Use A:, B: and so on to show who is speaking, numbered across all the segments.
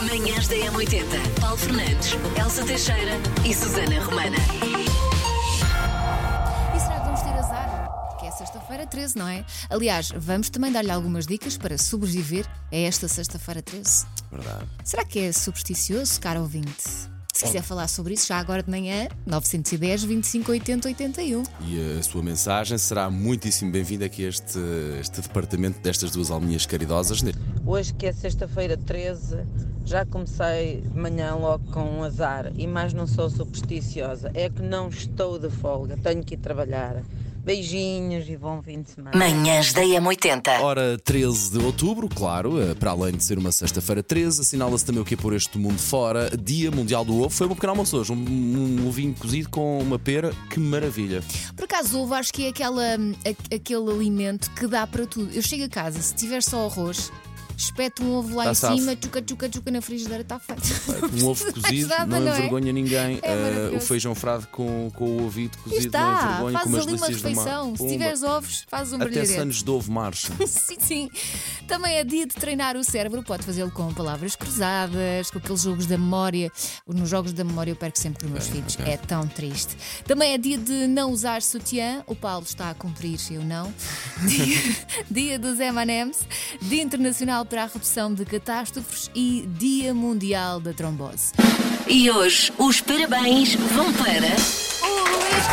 A: Manhãs da M80. Paulo Fernandes, Elsa Teixeira e Susana Romana.
B: E será que vamos ter azar? Porque é sexta-feira 13, não é? Aliás, vamos também dar-lhe algumas dicas para sobreviver a esta sexta-feira 13.
C: Verdade.
B: Será que é supersticioso, caro ouvinte? Se quiser falar sobre isso já agora de manhã, 910 25 80 81.
C: E a sua mensagem será muitíssimo bem-vinda aqui a este, este departamento destas duas alminhas caridosas.
D: Hoje que é sexta-feira 13, já comecei de manhã logo com um azar e mais não sou supersticiosa, é que não estou de folga, tenho que ir trabalhar. Beijinhos e bom fim de semana.
A: Manhãs da M80.
C: Ora, 13 de outubro, claro, eh, para além de ser uma sexta-feira 13, assinala-se também o que é por este mundo fora, Dia Mundial do Ovo. Foi um pequeno almoço hoje, um, um ovinho cozido com uma pera, que maravilha.
B: Por acaso, ovo acho que é aquela, a- aquele alimento que dá para tudo. Eu chego a casa, se tiver só arroz, espeto um ovo lá
C: Tá
B: em
C: safe.
B: cima, tchuca, tchuca, tchuca na frigideira, está feito.
C: Um ovo
B: precisas
C: cozido,
B: nada,
C: não
B: não é?
C: envergonha ninguém.
B: É
C: Eh,
B: maravilhoso.
C: o feijão frado com, com o ovito
B: E
C: cozido, não
B: está,
C: envergonha, um com
B: fazes
C: umas
B: ali uma
C: delícias do mar.
B: refeição. Se
C: Pumba.
B: tiveres ovos, fazes um
C: Até
B: brilharete.
C: Sanos de Ovo Marcha.
B: Sim, sim. Também é dia de treinar o cérebro. Pode fazê-lo com palavras cruzadas, com aqueles jogos da memória. Nos jogos da memória eu perco sempre os meus filhos. É tão triste. Também é dia de não usar sutiã. O Paulo está a cumprir, eu não. Dia, dia dos M&M's. Dia Internacional para a Redução de Catástrofes e Dia Mundial da Trombose.
A: E hoje os parabéns vão para.
B: O Luís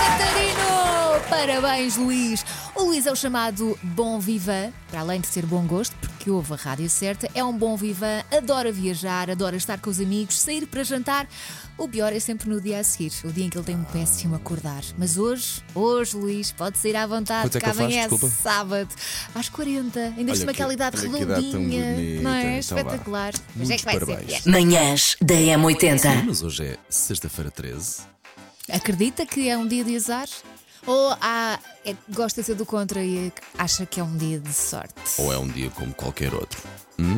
B: Catarino! Parabéns, Luís! O Luís é o chamado Bom Vivan, para além de ter bom gosto, porque ouve a rádio certa, é um bom vivan, adora viajar, adora estar com os amigos, sair para jantar. O pior é sempre no dia a seguir, o dia em que ele tem um péssimo acordar. Mas hoje, hoje, Luís, pode sair à vontade,
C: Quanto é que
B: cá
C: ele faz,
B: amanhã
C: desculpa?
B: sábado, às 40, ainda
C: Olha
B: estima
C: que-
B: aquela idade
C: olha que idade tão
B: redondinha, não
C: bonita,
B: é?
C: então vá.
B: Espetacular. Mas é
C: Muitos
B: que vai
C: parabéns.
B: ser.
A: Manhãs da
C: Sim,
A: M80.
C: mas hoje é sexta-feira 13.
B: Acredita que é um dia de azar? Ou há, é, gosta de ser do contra e acha que é um dia de sorte?
C: Ou é um dia como qualquer outro?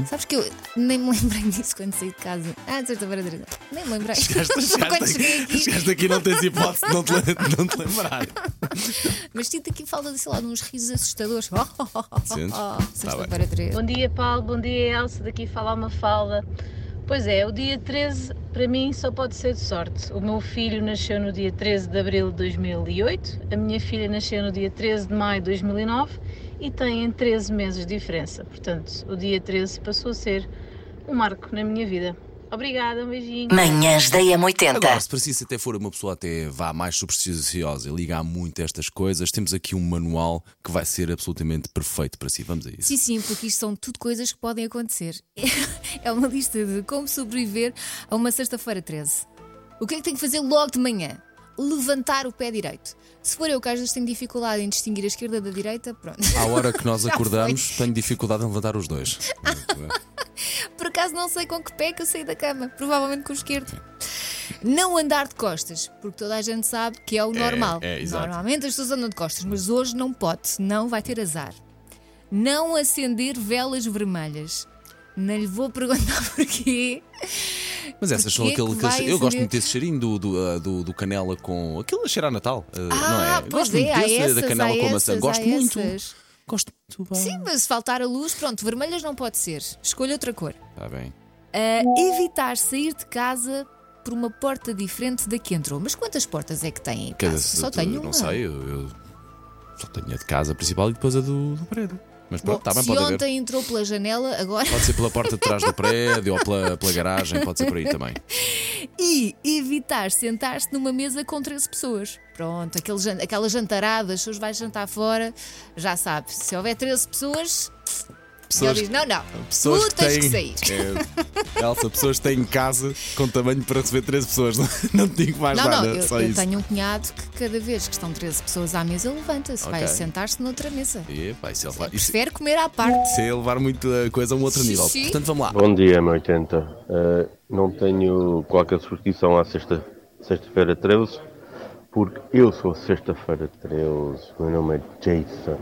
B: Sabes que eu nem me lembrei disso quando saí de casa. Ah, de sexta-feira, de- nem me lembrei. quando cheguei aqui.
C: chegaste aqui não tens hipótese de não te, le- não te lembrar.
B: Mas sinto aqui falta de, sei lá, de uns risos assustadores. Oh, oh, oh, oh,
C: Sentes? Tá
B: oh, sexta-feira, três.
E: Bom dia, Paulo. Bom dia, Elsa. Daqui fala uma falda. Pois é, o dia 13 para mim só pode ser de sorte. O meu filho nasceu no dia 13 de abril de 2008, a minha filha nasceu no dia 13 de maio de 2009 e têm 13 meses de diferença. Portanto, o dia 13 passou a ser um marco na minha vida. Obrigada, um beijinho.
A: Manhãs da
C: Agora,
A: M80.
C: se preciso até for uma pessoa até vá mais supersticiosa e ligar muito a estas coisas, temos aqui um manual que vai ser absolutamente perfeito para si. Vamos a isso.
B: Sim, sim, porque isto são tudo coisas que podem acontecer. É uma lista de como sobreviver a uma sexta-feira 13. O que é que tem que fazer logo de manhã? Levantar o pé direito. Se for eu que às vezes tenho dificuldade em distinguir a esquerda da direita, pronto.
C: À hora que nós
B: Já
C: acordamos, tenho dificuldade em levantar os dois.
B: Por acaso não sei com que pé que eu saí da cama, provavelmente com o esquerdo. Não andar de costas, porque toda a gente sabe que é o normal.
C: é, exato.
B: Normalmente as pessoas andam de costas, mas hoje não pode, senão vai ter azar. Não acender velas vermelhas. Não lhe vou perguntar porquê.
C: Mas essas são
B: Porquê que
C: aquele.
B: vai
C: eu gosto
B: acender?
C: muito desse cheirinho do, do, ah, do- do canela com. Aquilo a cheirar a Natal, ah, não
B: Ah,
C: é?
B: pois
C: Gosto
B: é,
C: muito
B: há
C: desse
B: essas,
C: da canela
B: há
C: com maçã.
B: essas,
C: Gosto
B: há
C: muito.
B: essas.
C: Gosto muito bem.
B: Sim, mas se faltar a luz, pronto, vermelhas não pode ser. Escolha outra cor.
C: Está Tá bem.
B: a evitar sair de casa por uma porta diferente da que entrou. Mas quantas portas é que tem? em
C: Quer
B: casa?
C: dizer,
B: Só
C: tu-
B: tenho
C: Não
B: uma.
C: sei, eu, eu só tenho a de casa principal e depois a do, do prédio. Mas
B: Bom,
C: pronto, está Tá bem,
B: se
C: pode haver.
B: ontem entrou pela janela, agora.
C: Pode ser pela porta de trás do prédio ou pela, pela garagem, pode ser por aí também.
B: E evitar sentar-se numa mesa com 13 pessoas. Pronto, aquele jan- aquela jantarada, as pessoas vais jantar fora, já sabe. Se houver 13 pessoas, ele diz: não, não, tu tens que sair.
C: É, Elsa, pessoas que têm casa com tamanho para receber 13 pessoas. Não, não te digo mais
B: Não, não,
C: nada,
B: eu,
C: só
B: eu
C: isso.
B: tenho um cunhado que cada vez que estão 13 pessoas à mesa, ele levanta-se, vai
C: Ok.
B: sentar-se noutra mesa.
C: Epá, isso é levar, isso,
B: Prefere comer à parte.
C: isso é levar muito a coisa a um outro
B: Sim,
C: nível.
B: sim.
C: Portanto, vamos lá.
F: Bom dia, M80. Eh, não tenho qualquer superstição à sexta- sexta-feira 13, porque eu sou sexta-feira 13. Meu nome é Jason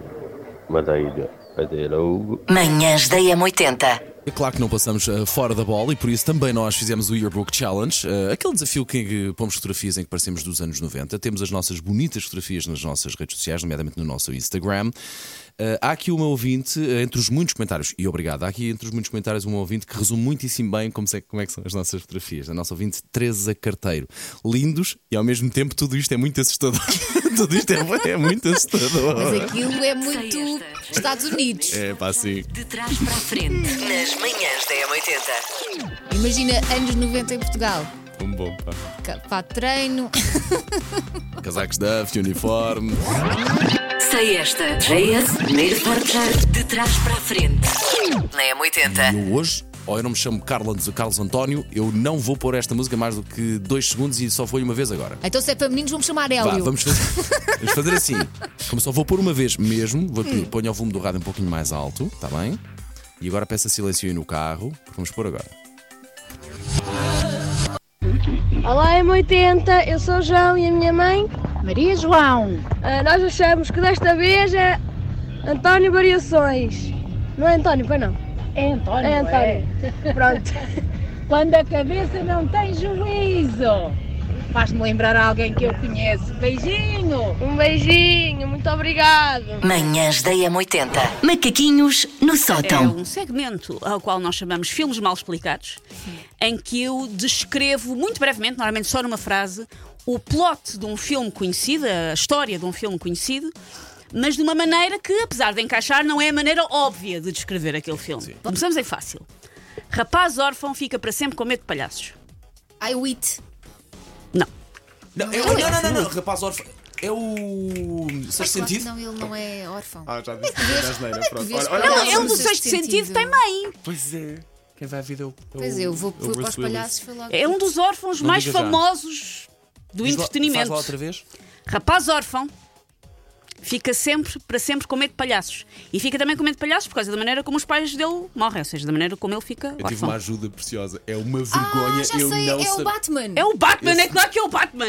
F: Madeira. Sexta-feira, Hugo.
A: Manhãs da M80.
C: É claro que não passamos eh, fora da bola e por isso também nós fizemos o Yearbook Challenge, eh, aquele desafio que, que pomos fotografias em que parecemos dos anos 90. Temos as nossas bonitas fotografias nas nossas redes sociais, nomeadamente no nosso Instagram. Eh, há aqui uma ouvinte, eh, entre os muitos comentários, e obrigado, há aqui entre os muitos comentários uma ouvinte que resume muitíssimo bem como, se- como é que são as nossas fotografias. A nossa ouvinte, Teresa Carteiro. Lindos e ao mesmo tempo tudo isto é muito assustador. tudo isto é, é muito
B: Mas
C: assustador.
B: aquilo é muito
A: Sei esta.
B: Estados Unidos.
C: É pá, sim.
A: De trás para a frente. Nas manhãs da M80.
B: Imagina anos 90 em Portugal.
C: Um bom pá.
B: Ca- Para treino.
C: Casacos Duff, uniforme.
A: Sei esta. JS, primeiro forjar. De trás para a frente. Na M80.
C: Eu hoje, ou eu não me chamo Carlos, Carlos António, eu não vou pôr esta música mais do que dois segundos e só foi uma vez agora.
B: Então se é para meninos, vamos chamar
C: Vá,
B: Hélio.
C: vamos fazer, vamos fazer assim. Como só vou pôr uma vez mesmo, vou
B: Hum.
C: pedir, ponha o volume do rádio um pouquinho mais alto, está bem? E agora peça silêncio aí no carro, porque vamos pôr agora.
G: Olá, M80, eu sou o João e a minha mãe,
H: Maria João,
G: ah, nós achamos que desta vez é António Variações. Não é António, pois não?
H: é António.
G: É António. Pronto.
H: Quando a cabeça não tem juízo. Faz-me lembrar alguém que eu conheço. Beijinho!
G: Um beijinho, muito obrigado.
A: Manhãs da M80. Macaquinhos no
I: É
C: Então.
A: sótão.
I: um segmento ao qual nós chamamos Filmes Mal Explicados, em que eu descrevo muito brevemente, normalmente só numa frase, o plot de um filme conhecido, a história de um filme conhecido, mas de uma maneira que, apesar de encaixar, não é a maneira óbvia de descrever aquele filme. Começamos em fácil. Rapaz órfão fica para sempre com medo de palhaços.
B: I wit.
I: Não.
C: Não, eu- não, não, não, não, rapaz, órfão. É o. Sexto sentido?
B: Não, ele não é órfão.
J: Ah, já disse.
B: Vês?
J: Já asneira,
B: Onde é que
J: pronto.
B: vês
J: Olha, olha,
B: palhaços
I: Não,
J: olha,
I: é um
B: no
I: do sexto sentido, tem mãe.
J: Pois é. Quem vai à vida é o.
B: Pois é, eu vou vou para os palhaços foi logo.
I: É um dos órfãos mais
C: diga já.
I: famosos do
C: Faz
I: entretenimento.
C: lá outra vez?
I: Rapaz órfão fica sempre, para sempre, com medo de palhaços. E fica também com medo de palhaços por causa da maneira como os pais dele morrem, ou seja, da maneira como ele fica
J: Eu tive
I: órfão.
J: uma ajuda preciosa. É uma
B: Ah,
J: vergonha.
B: já
J: eu
B: sei,
J: não
B: é o
J: sab-
B: Batman.
I: É o Batman, é claro que é o Batman!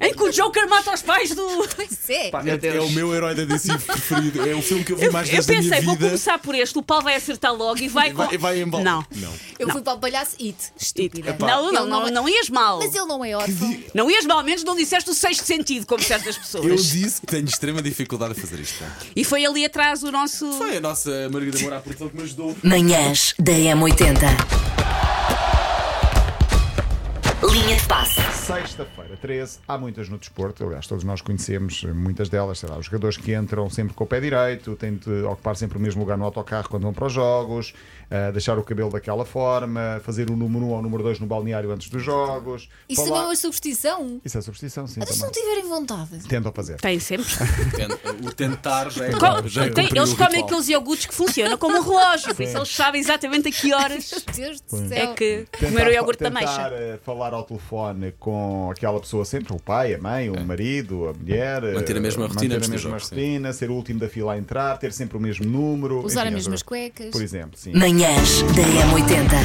I: em que o Joker mata os pais do.
B: Pois é.
J: Pá, É, é o meu herói da DC preferido. É o filme que eu vi
I: Eu,
J: mais
I: eu
J: vezes da minha
I: pensei, vou
J: vida.
I: começar por este, o Paulo vai acertar logo e vai.
J: E vai,
I: com-
J: e vai embora.
I: Não.
J: Não.
B: Eu fui para o palhaço It. Estúpida.
I: Não, não,
B: Ele
I: não, não ias mal.
B: Mas ele não é órfão.
I: Não ias mal, ao menos não disseste o sexto sentido, como certas
J: Eu
I: pessoas.
J: disse que tenho extrema dificuldade a fazer isto.
I: E foi ali atrás o nosso.
J: Foi a nossa Margarida Moura à produção que me ajudou.
A: Manhãs da M80. Linha de passe.
K: Sexta-feira, 13, há muitas no desporto, aliás, todos nós conhecemos eh, muitas delas, sei lá, os jogadores que entram sempre com o pé direito, têm de ocupar sempre o mesmo lugar no autocarro quando vão para os jogos, eh, deixar o cabelo daquela forma, fazer o número 1 ou o número 2 no balneário antes dos jogos.
B: Isso
K: falar-
B: não é superstição?
K: Isso é substituição, sim.
B: Mas se não
K: Também.
B: tiverem vontade.
K: Tentam fazer.
I: Tem sempre.
C: O tentar já é.
I: Co-
C: já é
I: tem-
C: cumprir
I: eles
C: o
I: comem
C: ritual.
I: aqueles iogurtes que funcionam como um relógio, por isso eles sabem exatamente a que horas
B: Meu Deus do
I: é
B: céu.
I: que
K: Tentar
I: comer o
K: fa-
I: iogurte da
K: tentar,
I: meixa.
K: eh, falar ao telefone com aquela pessoa sempre, o pai, a mãe, o marido, a mulher. eh,
C: É. Manter a mesma rotina
K: Manter
C: antes
K: a
C: dos
K: mesma
C: jogos, sim.
K: rotina, ser o último da fila a entrar, ter sempre o mesmo número.
B: Usar
K: enfim,
B: as mesmas
K: essas-
B: cuecas.
K: Por exemplo, sim.
A: Manhãs da M80.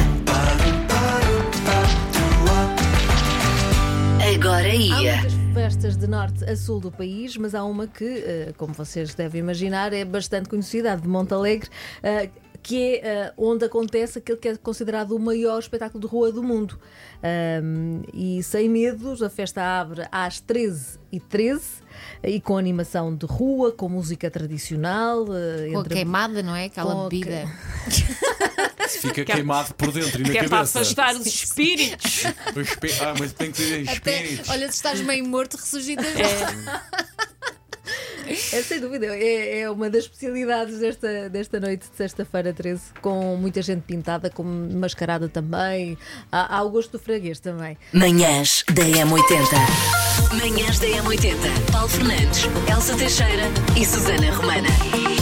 A: Agora ia.
L: Festas de norte a sul do país, mas há uma que, eh, como vocês devem imaginar, é bastante conhecida, a de Monte Alegre, eh, que é eh, onde acontece aquele que é considerado o maior espetáculo de rua do mundo. Ahm, e sem medos, a festa abre às 13 e 13 e com animação de rua, com música tradicional. eh,
B: Com a
L: entre-
B: queimada, não é? Aquela
L: Com a que-
B: bebida.
C: Fica queimado por dentro e na
I: é Que é para
K: assim.
C: cabeça.
I: afastar os espíritos.
J: O espe- Ah, mas tem que ser em
B: Até,
J: espíritos.
B: olha, se estás meio morto, ressuscitas.
L: É, sem dúvida, é, é uma das especialidades desta, desta noite de sexta-feira 13, com muita gente pintada, com mascarada também. Há, há o gosto do fraguês também.
A: Manhãs da M80. Manhãs da M80. Paulo Fernandes, Elsa Teixeira e Susana Romana.